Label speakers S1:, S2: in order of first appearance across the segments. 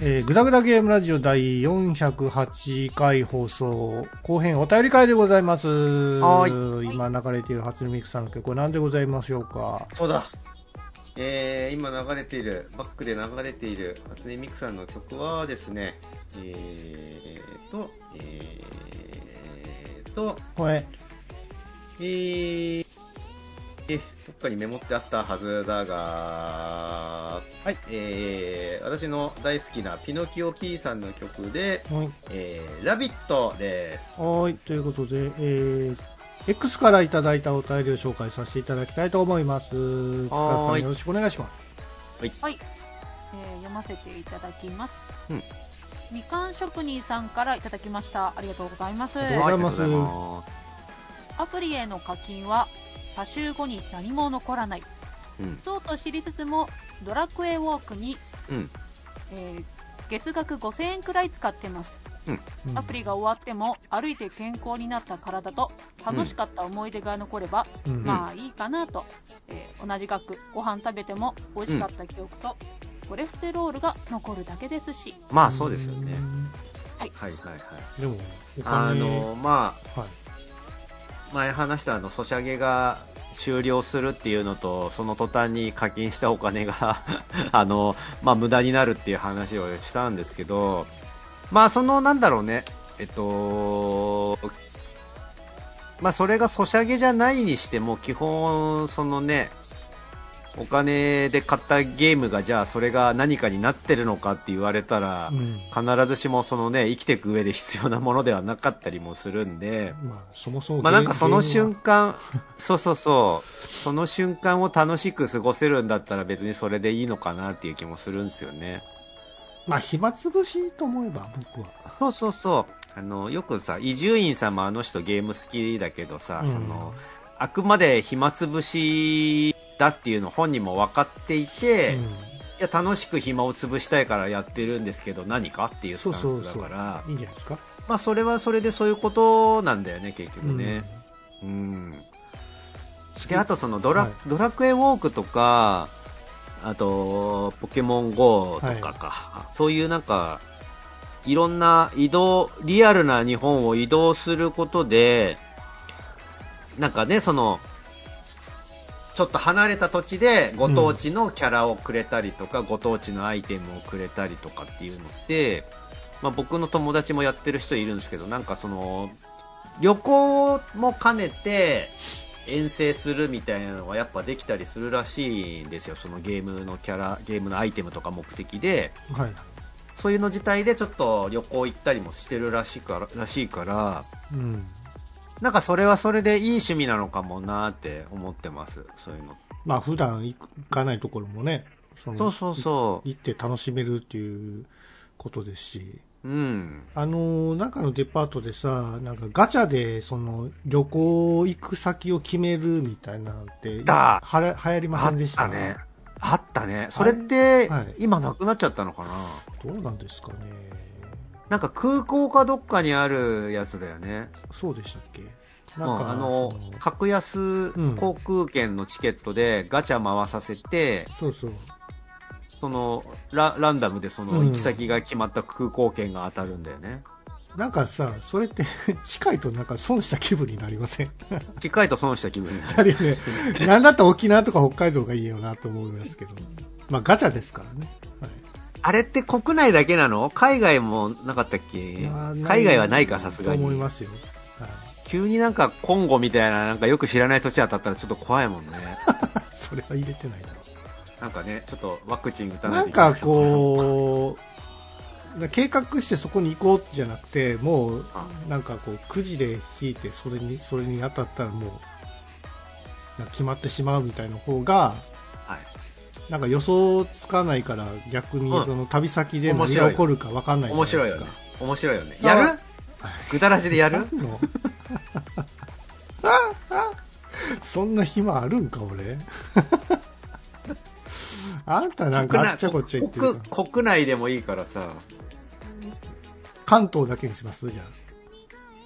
S1: えー、ぐだぐだゲームラジオ第408回放送後編お便り会でございます。
S2: は
S1: 今流れている初音ミクさんの曲は何でございましょうか
S3: そうだ。えー、今流れている、バックで流れている、初音ミクさんの曲はですね、えーと、えーと、
S1: はい。
S3: えー、え、どっかにメモってあったはずだが、
S2: はい。
S3: えー、私の大好きなピノキオキーさんの曲で、
S1: はい。
S3: えー、ラビットです。
S1: はい。ということで、えー、X からいただいたお便りを紹介させていただきたいと思います。塚田さ
S3: はー
S1: ん
S3: い
S1: よろしくお願いします。
S4: はい、えー読ませていただきます、
S3: うん
S4: みかん職人さんからいただきましたありがとうございます
S1: ありがとうございます
S3: はありがとうございます
S4: アプリへの課金は多週後に何も残らない
S3: うん、
S4: そうと知りつつもドラクエウォークに、
S3: うん
S4: えー月額5000円くらい使ってます
S1: うん
S4: アプリが終わっても歩いて健康になった体と楽しかった思い出が残れば、
S1: うん
S4: まあいいかなと、えー同じ額ご飯食べても美味しかった記憶と、コレステロールが残るだけですし
S2: まあそうですよね。。
S3: はいはいはい。
S1: でも、お金、
S3: あの、まあ、
S1: はい。
S3: 前話したあのソシャゲが終了するっていうのとその途端に課金したお金が あの、まあ、無駄になるっていう話をしたんですけどまあそのなんだろうねえっとまあそれがソシャゲじゃないにしても基本そのねお金で買ったゲームがじゃあそれが何かになってるのかって言われたら
S1: うん。
S3: 必ずしもそのね生きていく上で必要なものではなかったりもするんで、
S1: まあ、そもそも、
S3: まあなんかその瞬間、そうそうそう、その瞬間を楽しく過ごせるんだったら別にそれでいいのかなっていう気もするんですよね。
S1: まあ、暇つぶしと思えば、僕は。
S3: そうそうそう。あの、よくさ、伊集院さんもあの人ゲーム好きだけどさ、
S1: うん
S3: その、あくまで暇つぶしだっていうの本人も分かっていて、いや、楽しく暇を潰したいからやってるんですけど、何かっていうスタンスだ
S1: そうそうそう
S3: から、
S1: うん、いいんじゃないですか。
S3: まあそれはそれでそういうことなんだよね、結局ね。
S1: うん
S3: うん、であとそのドラ、
S1: はい
S3: ドラクエウォークとかあとポケモン GO とかか、そういうなんかいろんな移動リアルな日本を移動することでなんかねそのちょっと離れた土地でご当地のキャラをくれたりとか、ご当地のアイテムをくれたりとかっていうのって、まあ、僕の友達もやってる人いるんですけどなんかその旅行も兼ねて遠征するみたいなのがやっぱできたりするらしいんですよそのゲームのキャラゲームのアイテムとか目的で
S1: はい。
S3: そういうの自体でちょっと旅行行ったりもしてるらしいかららしいから
S1: うん。
S3: なんかそれはそれでいい趣味なのかもなーって思ってますそういうの
S1: まあ、普段行かないところもね、その
S3: そうそうそ
S1: 行って楽しめるっていうことですし、
S3: ううん
S1: あのー、なんかのデパートでさ、なんかガチャで、その、旅行行く先を決めるみたいなのって、
S3: だ
S1: はら流行りま
S3: あ
S1: せ
S3: っ
S1: んでした
S3: たねあったねそれって
S1: はい
S3: 今なくなっちゃったのかな
S1: どうなんですかね。
S3: なんか空港かどっかにあるやつだよね
S1: そうでしたっけ
S3: ま
S1: なんか、
S3: あ、あの
S1: その
S3: 格安
S1: うん
S3: 航空券のチケットでガチャ回させて、
S1: そうそう。
S3: そのラランダムでその
S1: うん
S3: 行き先が決まった空港券が当たるんだよね、
S1: なんかさ、それって 近いとなんか損した気分になりません
S3: 近いと損した気分になる
S1: だよね。なんだったら沖縄とか北海道がいいよなと思いますけど。まあガチャですからね。はい。
S3: あれって国内だけなの海外もなかったっけ
S1: まあ
S3: 海外はないかさすが
S1: と思い
S3: に
S1: ますよ。はい。
S3: 急になんかコンゴみたいななんかよく知らない土地当たったらちょっと怖い もんね
S1: それは入れてないだろ
S3: なんかねちょっとワクチン打
S1: う。
S3: たな
S1: ないん
S3: といけない
S1: かこう、計画してそこに行こうじゃなくて、もう
S3: あ
S1: なんかこう、くじで引いて、それに、それに当たったらもう、なんか決まってしまうみたいな方が、
S3: はい
S1: なんか予想つかないから逆に
S3: うん
S1: その旅先で
S3: 面
S1: 何
S3: 白い
S1: が起こるか分かんないじゃ
S3: 面
S1: ない
S3: 白
S1: で
S3: い
S1: す
S3: よね
S1: か。
S3: 面白いよね
S1: あ
S3: やるぐたらしでや
S1: あ
S3: る
S1: んの そんな暇あるんか俺 あんたなんかあっちゃこっちゃ言ってる
S3: 国
S1: から
S3: 国内でもいいからさ
S1: 関東だけにしますじゃ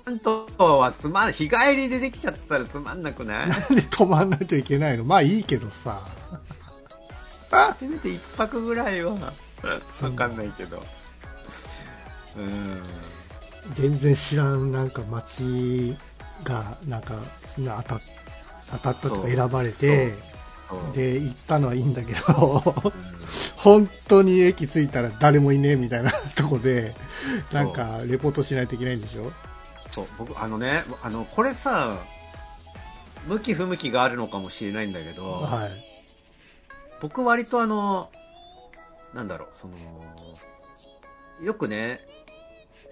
S3: 関東はつまん日帰りでできちゃったらつまんなくな い
S1: あで泊まんないといけないのまあいいけどさ
S3: せめて一泊ぐらいは
S1: そ
S3: 分
S1: う
S3: かんないけどうん
S1: 全然知らんなんか町がなんかな当た当たったとか選ばれて
S3: そう
S1: で行ったのはいいんだけど
S3: うん
S1: 本当に駅着いたら誰もいねえみたいなとこでなんかレポートしないといけないんでしょ
S3: そう僕あのねあのこれさ向き不向きがあるのかもしれないんだけど、
S1: はい
S3: 僕割とあのなんだろうそのよくね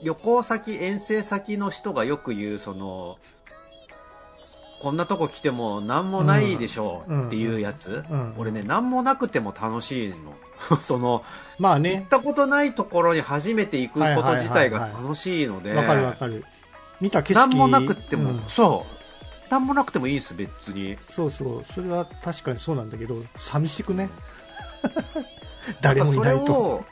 S3: 旅行先遠征先の人がよく言うそのこんなとこ来ても何もないでしょうっていうやつ、
S1: うんうんうん
S3: 俺ね何もなくても楽しいの その
S1: まあ
S3: 行っ
S1: ね
S3: たことないところに初めて行くこと自体が楽しいので
S1: わかるわかる見た景色
S3: 何もなくっても、
S1: うん
S3: そう何もなくてもいいんです別に
S1: そうそうそれは確かにそうなんだけど寂しくね 誰もいない
S3: それ
S1: と
S3: を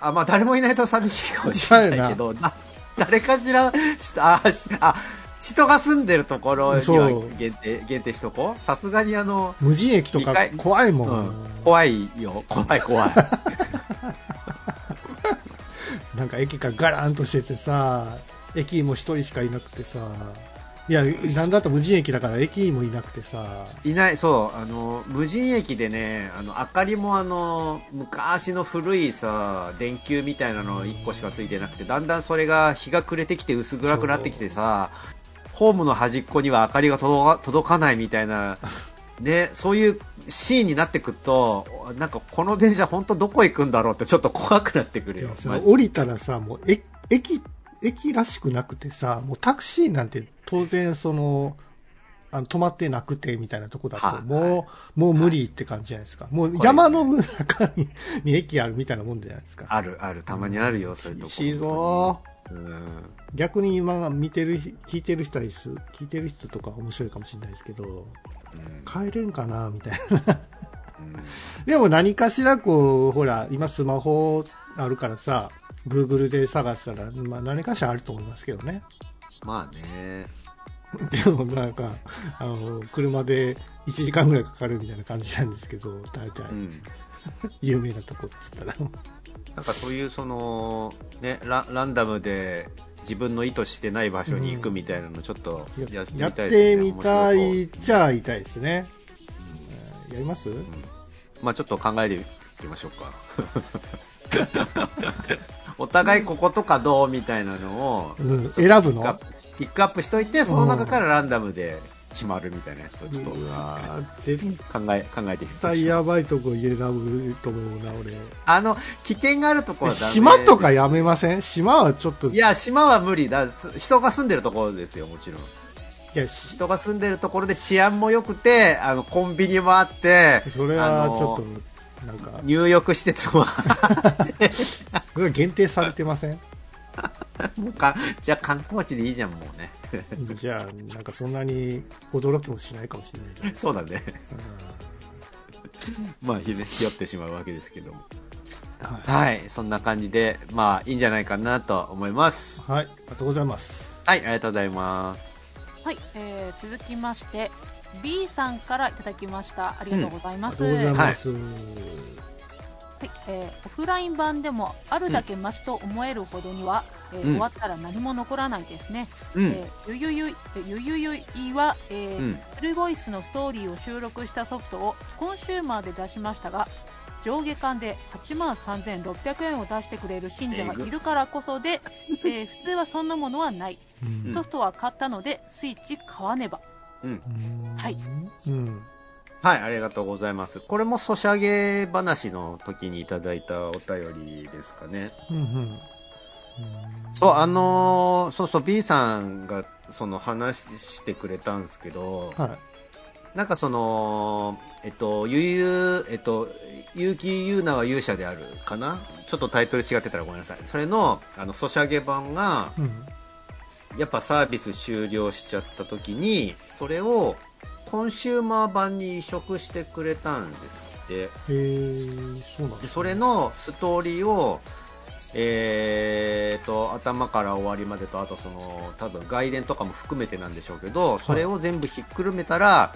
S3: あまあ誰もいないと寂しいかもしれないけどな誰かしらしあしあ人が住んでるところには
S1: そう
S3: 限定限定しとこうさすがにあの、
S1: 無人駅とか
S3: 二階
S1: 怖いも、
S3: うんん、怖いよ怖い怖い
S1: なんか駅がガランとしててさ駅員も一人しかいなくてさいやなんだったら無人駅だから駅員もいなくてさ
S3: いないそうあの無人駅でねあの明かりもあの昔の古いさ電球みたいなの1個しかついてなくてだんだんそれが日が暮れてきて薄暗くなってきてさホームの端っこには明かりが届か届かないみたい な、ね、そういうシーンになってくるとなんかこの電車本当どこ行くんだろうってちょっと怖くなってくる
S1: で
S3: よ
S1: さ
S3: マジ
S1: 降りたらさもう駅駅駅らしくなくてさもうタクシーなんて当然そのあの止まってなくてみたいなとこだ
S3: は
S1: と
S3: い
S1: もう、もう無理って感じじゃないですか、もう山の中に に駅あるみたいなもんじゃないですか
S3: あるあるたまにあるよ、そういうとこ
S1: 厳しいぞ
S3: うん
S1: 逆に今見てる人聞いてる人はいす聞いてる人とか面白いかもしれないですけど
S3: うん
S1: 帰れんかなみたいな
S3: うん
S1: でも何かしらこう、ほら、今スマホあるからさ、Google で探したら、まあ何かしらあると思いますけどね。
S3: まあね
S1: でもなんか、あの、車で1時間ぐらいかかるみたいな感じなんですけど、大体
S3: う、ん
S1: 有名なとこって言ったら。
S3: なんかそういうその、ね、ラランダムで自分の意図してない場所に行くみたいなのちょっと
S1: や
S3: やってみ
S1: や
S3: た
S1: って
S3: いですね
S1: みたい
S3: 面白
S1: っちゃいたいですね。えーやります
S3: そうまあちょっと考えていきましょうか お互いこことかどうみたいなのを
S1: うん、選ぶ
S3: ピックアッ
S1: の
S3: プピックアップしといてその中からランダムで決まるみたいなやつをちょっと
S1: うわ
S3: 考
S1: ー絶
S3: え考えてみま
S1: 対
S3: しょう
S1: やばいとこ選ぶと思うな、俺。
S3: あの危険があるところはダメ
S1: 島とかやめません島はちょっと、
S3: い
S1: い
S3: や島は無理だす人が住んでるところですよもちろん
S1: や、し
S3: 人が住んでるところで治安も良くて、あの、コンビニもあって、
S1: それは
S3: あの
S1: ちょっと、なんか、
S3: 入浴施設も
S1: それは限定されてません
S3: もうか、 じゃあ観光地でいいじゃん、もうね。
S1: じゃあ、なんかそんなに驚きもしないかもしれないじゃない
S3: そうだね。
S1: ですか。
S3: まあ、ひね、ひよってしまうわけですけども。
S1: は
S3: はい、そんな感じで、まあ、いいんじゃないかなと思います。
S1: い。はい、ありがとうございます。
S3: はい、ありがとうございます。
S4: はい、えー続きまして B さんからいただきましたありがとうござい
S1: あり
S4: ま
S1: が
S4: す、
S1: とうござい
S4: はい
S1: ます。
S4: えーオフライン版でもあるだけマシと思えるほどには、えー
S3: うん
S4: 終わったら何も残らないですね、
S3: うん。
S4: えーゆゆゆえゆゆゆいは、えー
S3: うん。
S4: フルボイスのストーリーを収録したソフトをコンシューマーで出しましたが上下間で8万3600円を出してくれる信者がいるからこそで、えー普通はそんなものはない
S1: うん
S4: ソフトは買ったのでスイッチ買わねばはい。
S1: うん。
S3: はい、ありがとうございます。これもソシャゲ話の時にいただいたお便りですかね。
S1: うん。うん。
S3: そう、あのーそうそう、B さんが、その話してくれたんですけど、
S1: は
S3: なんかその、えっと、ゆゆ、えっと、結城ゆうなは勇者であるかなちょっとタイトル違ってたらごめんなさい。それの、あの、ソシャゲ版が、
S1: い。うん。
S3: やっぱサービス終了しちゃった時に、それをコンシューマー版に移植してくれたんですって。
S1: へー、そうなんです
S3: で
S1: ね
S3: それ、のストーリーを、えー、と頭から終わりまでとあとその多分外伝とかも含めてなんでしょうけどそれを全部ひっくるめたら、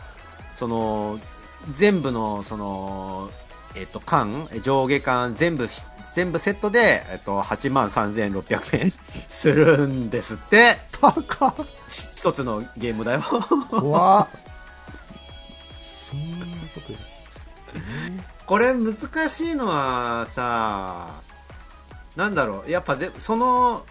S3: その全部のその、えっと巻上下巻全部し全部セットで、えっと、8万3600円 するんですって。
S1: 高っ
S3: し一つのゲームだよ。
S1: 怖っそんなことや
S3: これ難しいのはさ、なんだろう、やっぱで、その、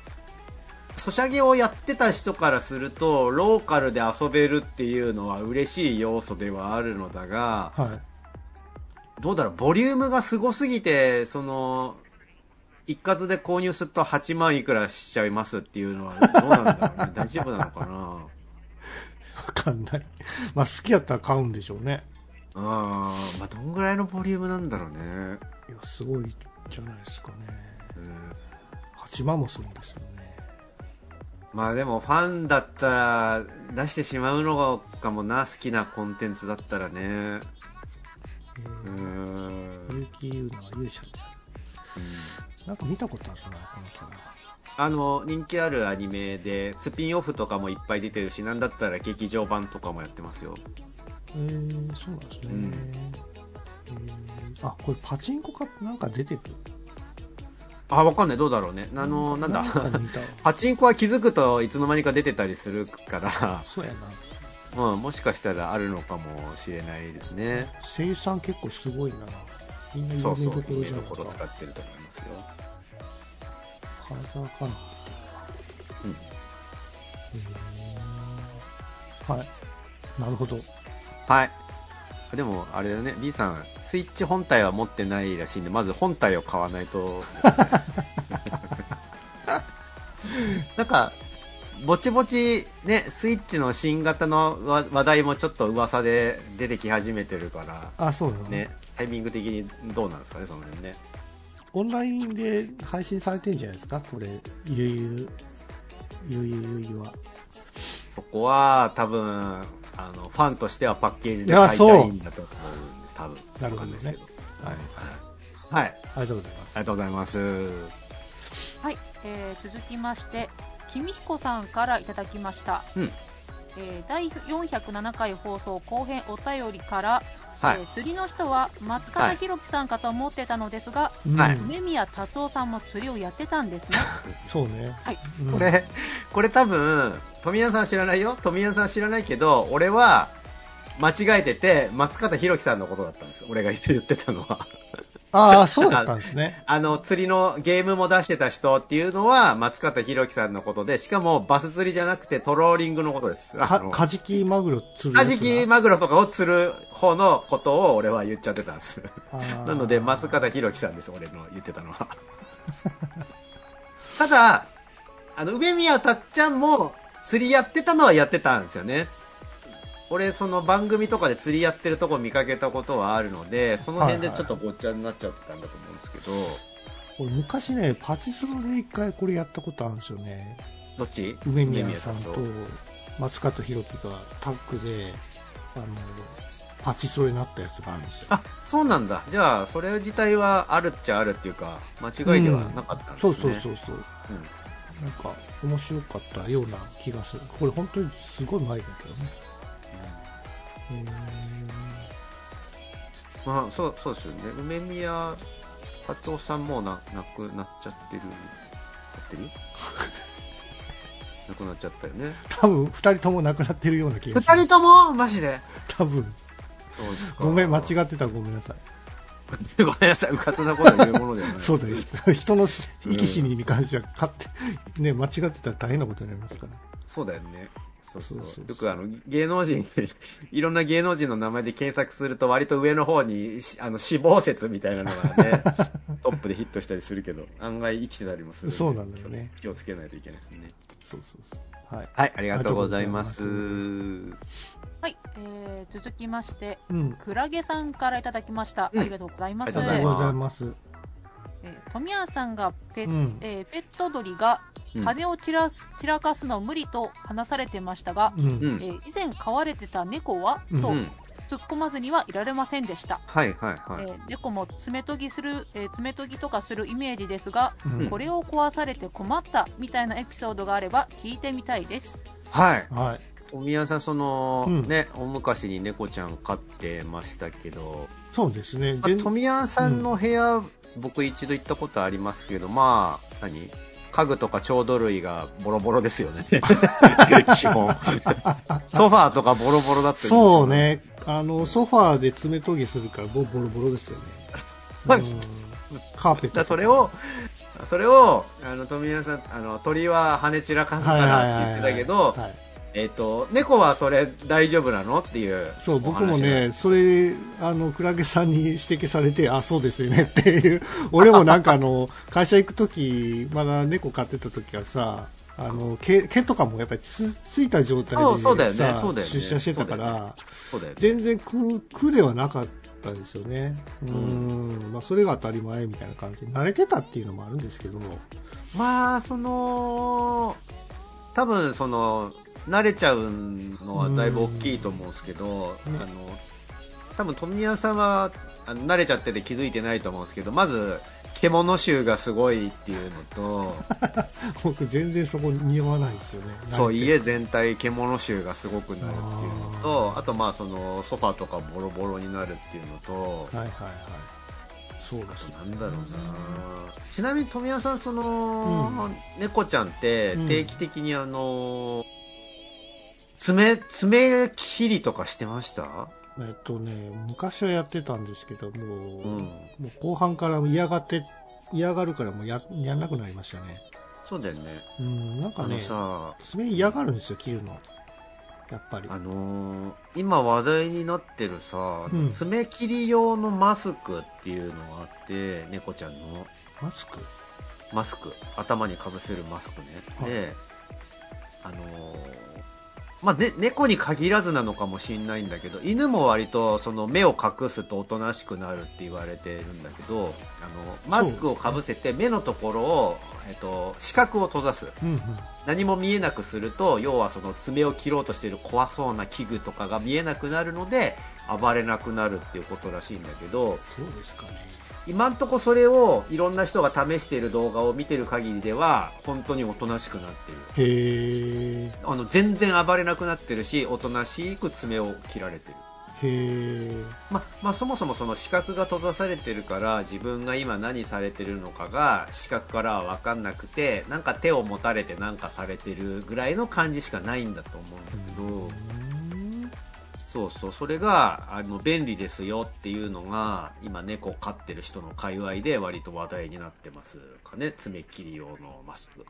S3: ソシャゲをやってた人からすると、ローカルで遊べるっていうのは嬉しい要素ではあるのだが、
S1: はい
S3: どうだろう、ボリュームがすごすぎて、その、一括で購入すると8万いくらしちゃいますっていうのは、どうなんだろうね。大丈夫なのかな
S1: わかんないまあ好きやったら買うんでしょうね
S3: あーまあ、どんぐらいのボリュームなんだろうね。
S1: いやすごいじゃないですかね
S3: うん
S1: 8万もするんですよね
S3: まあでもファンだったら出してしまうのかもな、好きなコンテンツだったらね。
S1: え
S3: うー
S1: ー
S3: ん。
S1: 結城優奈は勇者であるなんか見たことあるなこのキャラ
S3: あの、人気あるアニメでスピンオフとかもいっぱい出てるし、なんだったら劇場版とかもやってますよ。
S1: えー、そうなんですね、
S3: うん
S1: えーあこれパチンコかなんか出てる
S3: あ、わかんない。どうだろうね。あの、なんだ。
S1: かで見た
S3: パチンコは気づくといつの間にか出てたりする か
S1: そうやな
S3: ら、うん、もしかしたらあるのかもしれないですね。
S1: 生産結構すごいなみんな有
S3: そう
S1: 名
S3: そ
S1: ど
S3: う、
S1: こ
S3: 有
S1: ろ
S3: 名
S1: じゃな
S3: ど
S1: い
S3: こ
S1: で
S3: ろ
S1: す
S3: 使
S1: か
S3: ってると思いますよ。
S1: 体がかん
S3: うん
S1: えーはいなるほど
S3: はい。でも、あれだね、B さん、スイッチ本体は持ってないらしいんで、まず本体を買わない と、なんか、ぼちぼち、ね、スイッチの新型の話話題もちょっと噂で出てき始めてるから、
S1: あそうだね
S3: ね、タイミング的にどうなんですかね、その辺ね。
S1: オンラインで配信されてんじゃないですかこれゆゆゆゆゆゆゆは
S3: そこは、多分、あの、ファンとしてはパッケージで
S1: いや
S3: 買いたいんだと思うんです、多分。
S1: なるほどね
S3: わかんないですけど
S1: は
S3: はいい。はい。あ
S1: ありがとうございます
S3: りがとうございます。
S4: はい、えー続きまして君彦さんからいただきました、
S3: うん
S4: えー第407回放送後編お便りから、
S3: はい
S4: えー釣りの人は松方弘樹さんかと思ってたのですが、
S3: はい
S1: うん
S4: 梅宮達夫さんも釣りをやってた んですね
S1: そうね、
S4: はい
S1: うん
S3: これ、これ多分、富谷さんは知らないよ。富谷さんは知らないけど、俺は、間違えてて、松方弘樹さんのことだったんです。俺が言ってたのは。
S1: ああそうだったんですね
S3: あの、釣りのゲームも出してた人っていうのは、松方弘樹さんのことで、しかもバス釣りじゃなくてトローリングのことです。あ
S1: か
S3: の
S1: カジキマグロ釣る
S3: カ
S1: やつ
S3: ジ
S1: だ
S3: キマグロとかを釣る方のことを俺は言っちゃってたんです。
S1: あー
S3: なので、松方弘樹さんです、俺の言ってた のは。ただ、あの、梅宮たっちゃんも釣りやってたのはやってたんですよね。俺、その番組とかで釣りやってるとこ見かけたことはあるので、その辺で
S1: はい
S3: ち
S1: は
S3: ょ
S1: い
S3: っとごっちゃになっちゃったんだと思うんですけど、
S1: 俺昔ねパチスロで一回これやったことあるんですよね
S3: どっち
S1: 梅宮さんと
S3: 梅宮
S1: 松方弘樹がタッグであのパチスロになったやつがあるんですよ
S3: あ、そうなんだ。じゃあ、それ自体はあるっちゃあるっていうか、間違いではなかったんです
S1: そ
S3: ね。
S1: うそうそうそう、なんか面白かったような気がするこれ本当にすごい前だけどね
S3: まあ、そう、そうですよね。梅宮達夫さんもうな、なくなっちゃってる。なって るなくなっちゃったよね。
S1: えー多分2人とも亡くなってるような気が
S3: 二
S1: する
S3: 人ともマジで
S1: 多分
S3: そうですか。
S1: ごめん間違
S3: っ
S1: ってたらごめんなさい
S3: て。ごめんなさい。うかつなこと言うものではない。
S1: そうだよ人人の生
S3: うん
S1: き死にに関しては勝手、ね、間違って たら大変なことになりますから
S3: そうだよね。そうそう
S1: そうそうそう
S3: よくあの、芸能人、 いろんな芸能人の名前で検索すると割と上の方に、しあの、死亡説みたいなの がね、トップでヒットしたりするけど、案外生きてたりもするで
S1: そうなんだよね
S3: 気をつけないといけないですね。
S1: そうそうそうはい
S3: はい、ありがとうございま
S1: ありがとう
S3: す。
S4: はい、えー続きまして
S1: うん
S4: クラゲさんからいただきました、
S3: うん
S4: ありがとうございま
S3: あり
S4: す
S1: あ
S3: が
S1: り
S3: と
S1: がとうございます、
S4: えー富谷さんがペ,、
S1: うん
S4: えーペット鳥が
S3: うん
S4: 羽を散らす散らかすの無理と話されてましたが、
S1: うん
S3: うん
S4: えー以前飼われてた猫は
S1: うん
S4: と
S3: うん
S4: 突っ込まずにはいられませんでした、
S3: はいはいはい。
S4: えー猫も爪研ぎする、えー爪研ぎとかするイメージですが
S1: うん
S4: これを壊されて困ったみたいなエピソードがあれば聞いてみたいです
S3: はい。
S1: はい
S3: おみやさん、その、
S1: うん
S3: ね、お昔に猫ちゃん飼ってましたけど、
S1: そうですね
S3: 富谷さんの部屋僕一度行ったことありますけど、まあ、何家具とか調度類がボロボロですよ ね。基 本。ソファーとかボロボロだったり
S1: そう。ね。あの、ソファーで爪研ぎするから、もうボロボロですよね。
S3: はい
S1: うんカーペッ
S3: だから
S1: ト。
S3: それを、それを、あの、富山さん、あの、鳥は羽散らかすか
S1: はいはいはい
S3: らっ
S1: はい、
S3: て言ってたけど、
S1: はい
S3: えっ、と、猫はそれ大丈夫なのっていう。
S1: そう、僕も
S3: お話なん
S1: ね、
S3: です。
S1: それ、あの、クラゲさんに 指摘されて、あ、そうですよねっていう、俺もなんかあの、会社行くとき、まだ猫飼ってたときはさ、あの、毛、毛とかもやっぱりつ、ついた状態
S3: そう
S1: で
S3: そうだよね
S1: さ
S3: そうだよね
S1: 出社してたか
S3: そうだ
S1: ら、
S3: そうだよね
S1: 全然苦苦ではなかったですよね。うん、まあ、それが当たり前みたいな感じで、慣れてたっていうのも あるんですけど、
S3: まあ、その、多分その、慣れちゃうのはだいぶ大きいと思うんですけど、
S1: うん
S3: あの、多分富谷さんはあの慣れちゃってて気づいてないと思うんですけど、まず、獣臭がすごいっていうの と、
S1: 僕全然そこ匂わないですよね。慣
S3: そう、
S1: れて
S3: 家全体獣臭がすごくなるっていうのと、
S1: あー
S3: あとまあその、ソファーとかボロボロになるっていうのと、
S1: はいはいはい。そうだし。
S3: なんだろうなちなみに富谷さんその、猫ちゃんって
S1: うん
S3: 定期的にあの爪爪切りとかしてました
S1: えっとね、昔はやってたんですけど、もう、
S3: うん
S1: もう後半から嫌がって、嫌がるからもうややんなくなりましたね。
S3: そうだよね
S1: うん、なん
S3: あ
S1: か
S3: の
S1: ね、
S3: さ
S1: 爪嫌がるんですよ、切るの。やっぱり。
S3: あのー今話題になってるさ、
S1: うん
S3: 爪切り用のマスクっていうのがあって猫ちゃんの
S1: マスク
S3: マスク頭にかぶせるマスクね、
S1: はい
S3: であのーまあね、猫に限らずなのかもしれないんだけど犬も割とその目を隠すとおとなしくなるって言われてるんだけどあのマスクをかぶせて目のところを、えっと、視覚を閉ざす
S1: うんうん。
S3: 何も見えなくすると要はその爪を切ろうとしてる怖そうな器具とかが見えなくなるので暴れなくなるっていうことらしいんだけど
S1: そうですかね。
S3: 今んとこそれをいろんな人が試している動画を見てる限りでは本当におとなしくなってる
S1: へー。
S3: あの全然暴れなくなってるしおとなしく爪を切られてる
S1: へー。
S3: ままあ、そもそもその視覚が閉ざされてるから自分が今何されてるのかが視覚からは分かんなくてなんか手を持たれてなんかされてるぐらいの感じしかないんだと思うんだけど
S1: うん
S3: そうそうそれがあの便利ですよっていうのが今猫飼ってる人の界隈で割と話題になってますかね爪切り用のマスク、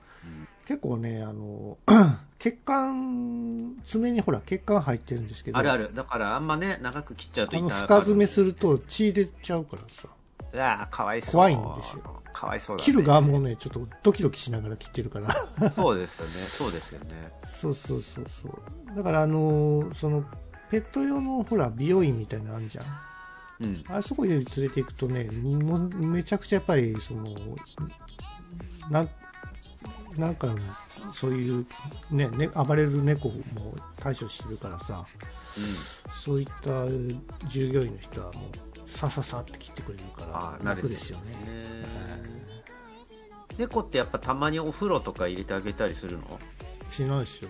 S1: 結構ね、あの、 血管、爪にほら血管入ってるんですけど、
S3: あるあるだからあんまね長く切っちゃうと
S1: あの
S3: 痛
S1: 深爪す
S3: る
S1: ると血出ちゃうからさ。
S3: ああかわいそう
S1: 怖いんですよ
S3: かわいそうだ、ね、
S1: 切る側もね、ちょっとドキドキしながら切ってるから。
S3: そうですよねそうですよね
S1: そうそうそうそう。だからあのーその、ペット用のほら、美容院みたいなのあるじゃん。
S3: うん
S1: あそこに連れて行くとね、もうめちゃくちゃやっぱり、その、なん、なんか、そういう、ね、ね、暴れる猫も対処してるからさ、
S3: うん
S1: そういった従業員の人はもう、さささって切ってくれるか
S3: あー
S1: ら、
S3: 慣
S1: 楽
S3: れてる
S1: ですよね。
S3: 猫ってやっぱたまにお風呂とか入れてあげたりするの
S1: はいしないですよ。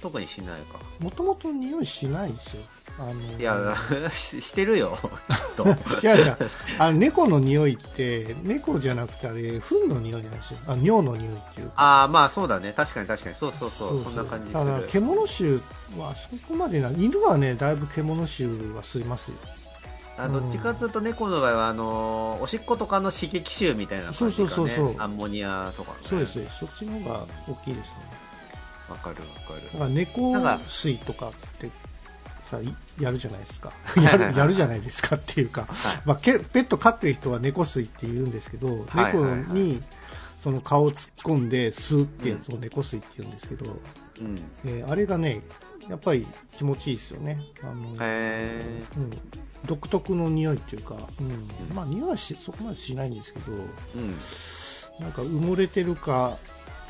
S3: 特にしないか
S1: もともと匂いしないですよ。あのー
S3: いや ししてるよきっと
S1: 違う違うあの猫の匂いって猫じゃなくてあれ糞の匂いなんですよあ尿の匂いっていうか
S3: ああまあそうだね確かに確かにそうそうそうそんな感じす
S1: だから
S3: る
S1: 獣臭はそこまでな犬はねだいぶ獣臭は吸いますよ
S3: あどっちかっていうと猫の場合はあのーおしっことかの刺激臭みたいな感じが、ね、
S1: そうそうそうそう
S3: アンモニアとか、ね、
S1: そうですねそっちの方が大きいですね
S3: わかるわかる
S1: だから猫
S3: なんか
S1: 水とかってさいやるじゃないですかやるやるじゃないですかっていうか、
S3: はい
S1: まあ、けペット飼ってる人は猫水って言うんですけど、
S3: はいはいはい
S1: 猫にその顔を突っ込んで吸うってやつを猫水って言うんですけど、
S3: うんへ
S1: えーあれがねやっぱり気持ちいいですよねあの、
S3: え
S1: うん、独特の匂いっていうか、うん、まあ匂いはしそこまでしないんですけど
S3: うん
S1: なんか埋もれてるか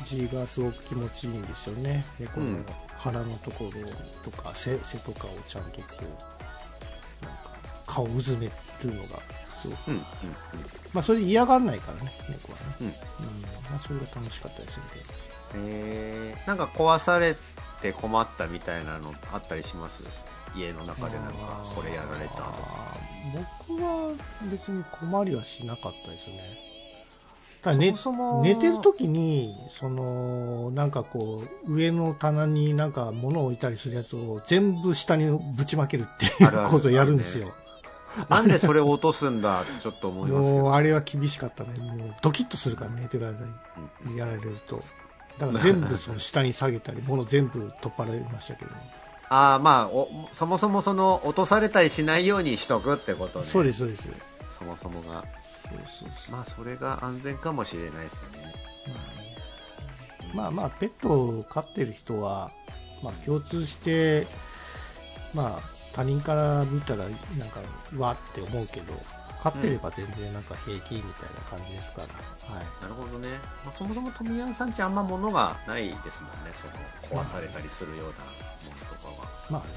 S1: 字がすごく気持ちいいんですよね猫の
S3: うん
S1: 腹のところとか背背とかをちゃんとこうなんか顔をうずめるのがすごく、
S3: うんうん
S1: まあ、それで嫌がらないからね猫はね、
S3: うん
S1: うんまあ、それが楽しかったりするんで
S3: へえなんか壊されて困ったみたいなのあったりします家の中でなんかこれやられたとか
S1: あー僕は別に困りはしなかったですねただね
S3: そもそも
S1: 寝てる時にそのなんかこう上の棚になんか物を置いたりするやつを全部下にぶちまけるってい
S3: あるあ
S1: う
S3: る
S1: ことをやるんですよ
S3: なんでそれを落とすんだってちょっと思いま すけ
S1: もう
S3: ど
S1: あれは厳しかったねもうドキッとするから寝てる間にやられるとだから全部その下に下げたり物全部取っ払いましたけど、
S3: ああまあおそもそもその落とされたりしないようにしとくってことね
S1: そうですそうです
S3: そもそもが
S1: そうそうそう
S3: まあそれが安全かもしれないですね
S1: まあまあペットを飼ってる人は、まあ、共通して、まあ、他人から見たらなんかわって思うけど飼ってれば全然なんか平気みたいな感じですから、はい、
S3: なるほどね、まあ、そもそも富山さんちあんま物がないですもんねその壊されたりするようなものとかは
S1: まあね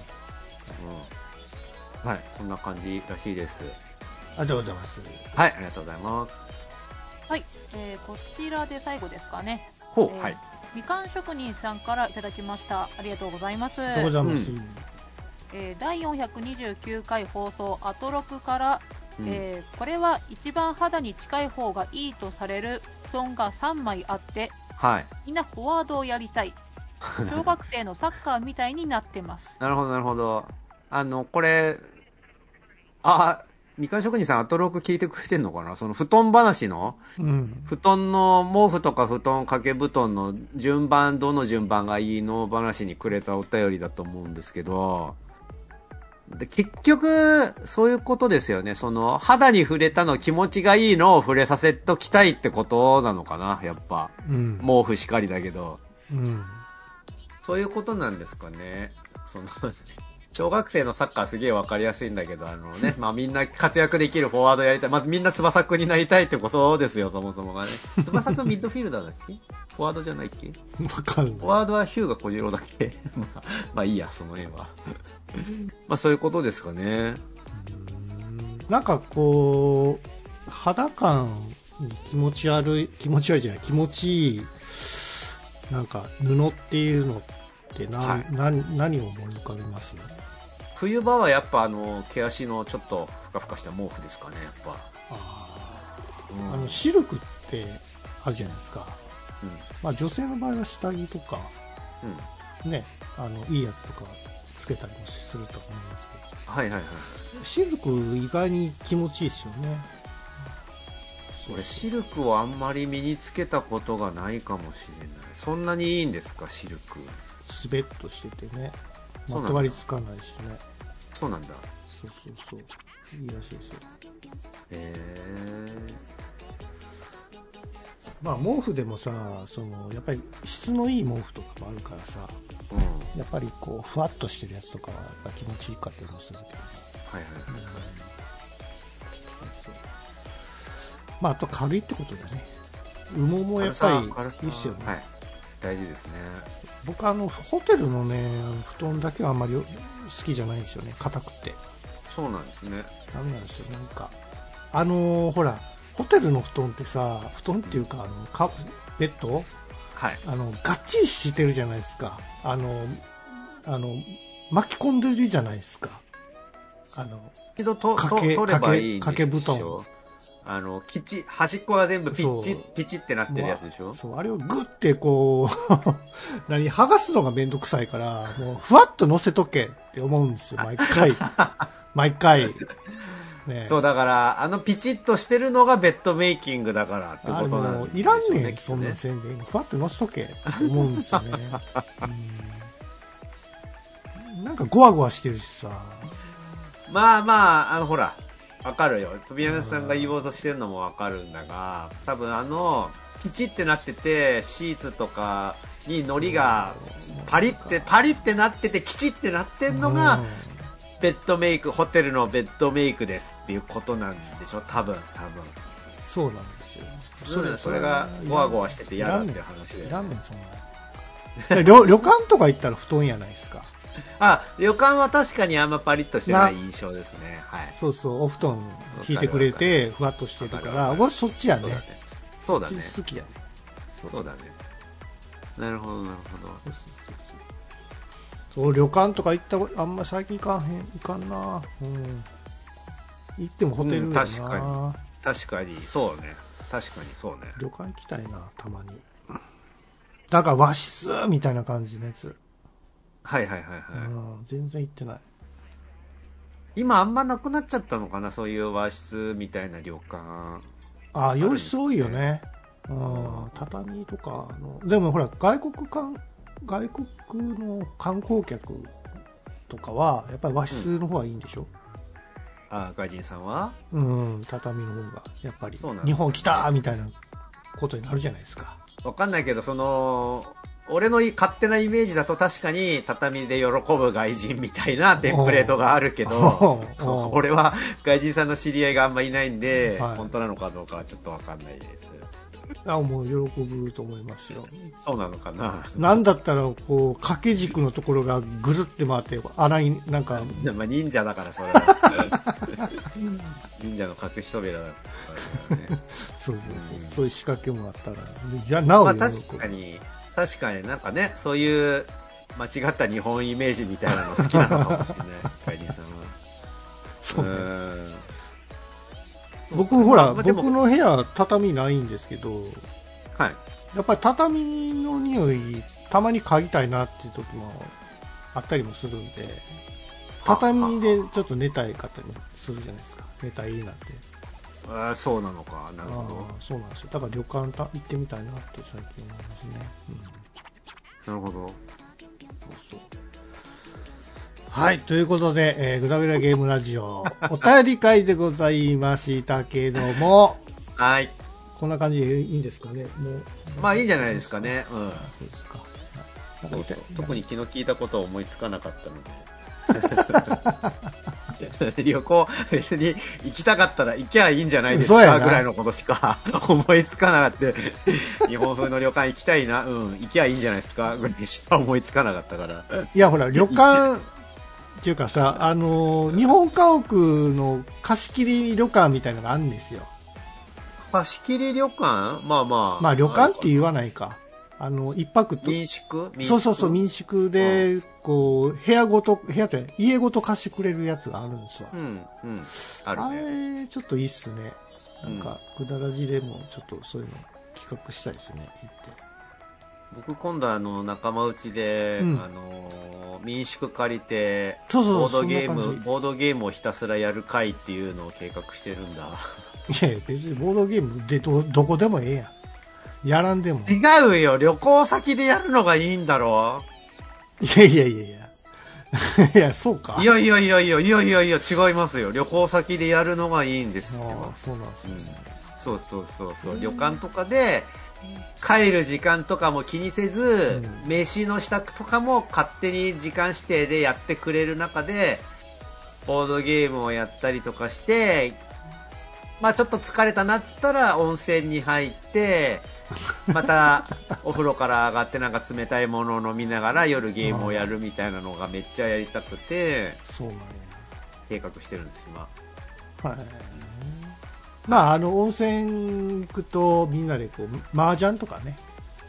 S3: うん、はい、そんな感じらしいです。
S1: ありがとうございます
S3: はい、ありがとうございます。
S4: はい、えーこちらで最後ですかね、
S3: ほ
S4: え
S3: う、
S4: ー
S3: はい。
S4: みかん職人さんからいただきましたありがとうございます
S1: ありがとうございます、
S3: う
S4: えー第429回放送アトロクから、
S3: うん
S4: えーこれは一番肌に近い方がいいとされる布団が3枚あって
S3: はい。
S4: みんなフォワードをやりたい小学生のサッカーみたいになってます
S3: なるほど、なるほど。あの、これ、あ、みかん職人さん、アトローク聞いてくれてんのかなその布団話の
S1: うん
S3: 布団の毛布とか布団掛け布団の順番、どの順番がいいの話にくれたお便りだと思うんですけど、で結局、そういうことですよね。その、肌に触れたの気持ちがいいのを触れさせときたいってことなのかな、やっぱ。
S1: うん
S3: 毛布しかりだけど。
S1: うん
S3: そういうことなんですかね。その、 小学生のサッカーすげえわかりやすいんだけど、あの ね、まあみんな活躍できるフォワードやりたい。まあみんな翼くんになりたいってことですよ、そもそもがね。翼くんミッドフィルダーだっけフォワードじゃないっけ
S1: わかん
S3: フ
S1: な
S3: ォ
S1: い
S3: ワードはヒューガ小次郎だっけ まあ、まあいいや、その辺は。まあそういうことですかね。
S1: なんかこう肌感に気持ち悪い気持ち悪いじゃない気持ちいいなんか布っていうのってな、
S3: はい
S1: な何を思い浮かべます
S3: 冬場はやっぱあの、毛足のちょっとふかふかした毛布ですかね、やっぱ。
S1: あ
S3: うん
S1: のシルクってあるじゃないですか、
S3: うん
S1: まあ、女性の場合は下着とか
S3: うん
S1: ねあのいいやつとかつけたりもすると思いますけ
S3: はいはいはい。
S1: どシルク意外に気持ちいいですよね
S3: 俺シルクをあんまり身につけたことがないかもしれないそんなにいいんですかシルク
S1: スベッとしててね
S3: そ
S1: ま
S3: うなんだ
S1: とわりつかないしね
S3: そうなんだ
S1: そうそうそういいらしいですよ
S3: へ
S1: まあ毛布でもさそのやっぱり質のいい毛布とかもあるからさ
S3: えうんはい
S1: やっぱりこうふわっとしてるやつとかはやっぱ気持ちいいかっていうのもするけどね
S3: はい
S1: まああと軽いってことだね羽毛もやっ
S3: 軽
S1: ぱ
S3: さ軽さ
S1: りいいっすよね、
S3: はい大事ですね
S1: 僕あのホテルのね布団だけはあんまり好きじゃないんですよね硬くて
S3: そうなんですね
S1: ダメなんですよなんかあのーほらホテルの布団ってさ布団っていうかあのかベッド
S3: はい
S1: あのがっちり敷いてるじゃないですかあのあの巻き込んでるじゃないですかあの
S3: 一度とと
S1: 掛け
S3: 取ればいいんでしょ
S1: 掛け掛け布
S3: あのきち端っこが全部ピッチ
S1: そう
S3: ピチってなってるやつでしょ
S1: そうあれをグッてこう 何剥がすのがめんどくさいからもうふわっと乗せとけって思うんですよ毎 回毎回ね
S3: そう
S1: だ
S3: だからあのピチッとしてるのがベッドメイキングだからって
S1: あ
S3: こ
S1: れ
S3: とな
S1: も
S3: ん
S1: う
S3: で
S1: い
S3: しょ
S1: ら
S3: うんね
S1: ねんそんなん
S3: きっとね
S1: せんでいいのふわっと乗せとけって思うんですよ ねうんなんかゴワゴワしてるしさ
S3: まあまあ、あの、ほら、わかるよ。飛び穴さんが言おうとしてるのもわかるんだが、多分あの、ピチってなってて、シーツとかに海苔がパリって、パリってなってて、キチってなってんの
S1: う
S3: が
S1: ん、
S3: ベッドメイク、ホテルのベッドメイクですっていうことなんでしょ多分、多分。
S1: そうなんですよ
S3: それそれが、ゴワゴワしてて嫌だっていう話
S1: い
S3: で
S1: ら。んねんそんな旅 旅館とか行ったら布団やないですか
S3: あ、旅館は確かにあんまパリッとしてない印象ですね。はい。
S1: そうそうお布団引いてくれてふわっとしてるか
S3: わかるわ
S1: ら
S3: かる
S1: 俺そっちや
S3: そう
S1: ね
S3: だね。そうだね。
S1: そっち好きやね
S3: そうだね。なるほど、なるほど。
S1: そうそうそうそうそう旅館とか行ったことあんま最近行かんへん行かんな、うん、行ってもホテルやな、
S3: うん確かに確かにそうね確かにそうね
S1: 旅館行きたいなたまにだから和室みたいな感じのやつ、
S3: はいはいはいはい、
S1: うん、全然行ってない
S3: 今あんまなくなっちゃったのかなそういう和室みたいな旅館
S1: ああ洋室多いよね、うん、畳とかのでもほら外国観外国の観光客とかはやっぱり和室の方がいいんでしょ、
S3: あ外人さんは
S1: うん畳の方がやっぱり、
S3: そうなんですね
S1: 日本来たみたいなことになるじゃないですか
S3: わかんないけどその俺のい勝手なイメージだと確かに畳で喜ぶ外人みたいなテンプレートがあるけど
S1: おうおう
S3: 俺は外人さんの知り合いがあんまいないんで、
S1: はい
S3: 本当なのかどうかはちょっとわかんないです
S1: あもう喜ぶと思いますよ
S3: そうなのかな
S1: なんだったらこう掛け軸のところがぐるって回って穴になんか
S3: まあ忍者だからそれは 忍者の隠し扉だからね
S1: そうそうそうそういう仕掛けもあったらいやなお
S3: まあ
S1: 喜ぶ、
S3: 確かに、確かになんかね、そういう間違った日本イメージみたいなの好きなのかもしれない、外人さんは。
S1: そうね
S3: うーん
S1: 僕ほら、
S3: まあでも
S1: 僕の部屋畳ないんですけど
S3: はい。
S1: やっぱり畳の匂いたまに嗅ぎたいなっていう時もあったりもするんで畳でちょっと寝たい方にするじゃないですか寝たいいなって
S3: あーそうなのか、な
S1: あ
S3: るほ
S1: あそうなんですよだから旅館た行ってみたいなって最近思いますね、うん、
S3: ど。なるほど。
S1: そうそうはいということで、えー、ぐだぐだゲームラジオお便り会でございましたけども
S3: はい。
S1: こんな感じでいいんですかねもう
S3: まあいいんじゃないですかね。うん。
S1: そうですかなんか
S3: そうそう特に昨日聞いたことを思いつかなかった ので。旅行、別に行きたかったら行きゃいいんじゃないです
S1: そうや
S3: か
S1: な
S3: ぐらいのことしか 思いつかなかった。日本風の旅館行きたいな、うん、行きゃいいんじゃないですかぐらいしか思いつかなかったから。
S1: いやほら旅館っていうか さあのー日本家屋の貸し切り旅館みたいなのがあるんですよ
S3: 貸し切り旅館まあまあ。
S1: まあ旅館って
S3: う。
S1: 言わないかあの一泊と
S3: 民宿民宿
S1: そうそうそう民宿でこう部屋ごと部屋って家ごと貸してくれるやつがあるんですわ、
S3: うん、うん。あ
S1: あ
S3: るね。
S1: れちょっといいっすねなんかくだらじでもちょっとそういうの企画したいですね行って
S3: 僕今度あの仲間内で、
S1: うん
S3: あのー民宿借りて
S1: そうそ
S3: ボ
S1: う
S3: ー
S1: そ
S3: ド
S1: んな
S3: ゲー
S1: 感じ
S3: ムボードゲームをひたすらやる会っていうのを計画してるんだ
S1: いやいや別にボードゲームでどどこでもええやんやらんでもい
S3: 違うよ旅行先でやるのがいいんだろ
S1: やいやいやい やいやそうか
S3: いやいやいやいやいやいやいや違いますよ旅行先でやるのがいいんですって
S1: ああそうなんです
S3: う
S1: ね
S3: ん、そうそうそうそう旅館とかで帰る時間とかも気にせず、
S1: う
S3: 飯の支度とかも勝手に時間指定でやってくれる中でボードゲームをやったりとかしてまあちょっと疲れたなっつったら温泉に入 ってまたお風呂から上がってなんか冷たいものを飲みながら夜ゲームをやるみたいなのがめっちゃやりたくて
S1: そうなんや
S3: 計画してるんです今
S1: はいまああの温泉行くとみんなでこう麻雀とかね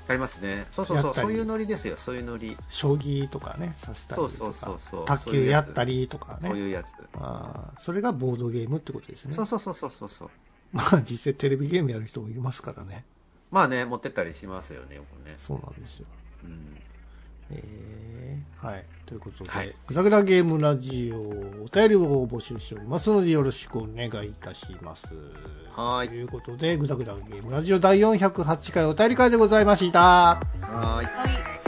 S3: ありますねそうそう
S1: や
S3: そう
S1: った
S3: そ
S1: り
S3: ういうノリですよそういうノリ
S1: 将棋とかねさせたりとか
S3: そうそうそうそう
S1: 卓球やったりとかね
S3: そういうやつ。
S1: ああそれがボードゲームってことですね
S3: そうそうそうそうそうそう。
S1: まあ実際テレビゲームやる人もいますからね
S3: まあね、持ってったりしますよね、よくね。
S1: そうなんですよ
S3: うん。
S1: えーはいということで、
S3: はい
S1: グダグダゲームラジオお便りを募集しておりますのでよろしくお願いいたします
S3: はい
S1: ということでグダグダゲームラジオ第408回お便り会でございました
S3: はーい。
S4: はい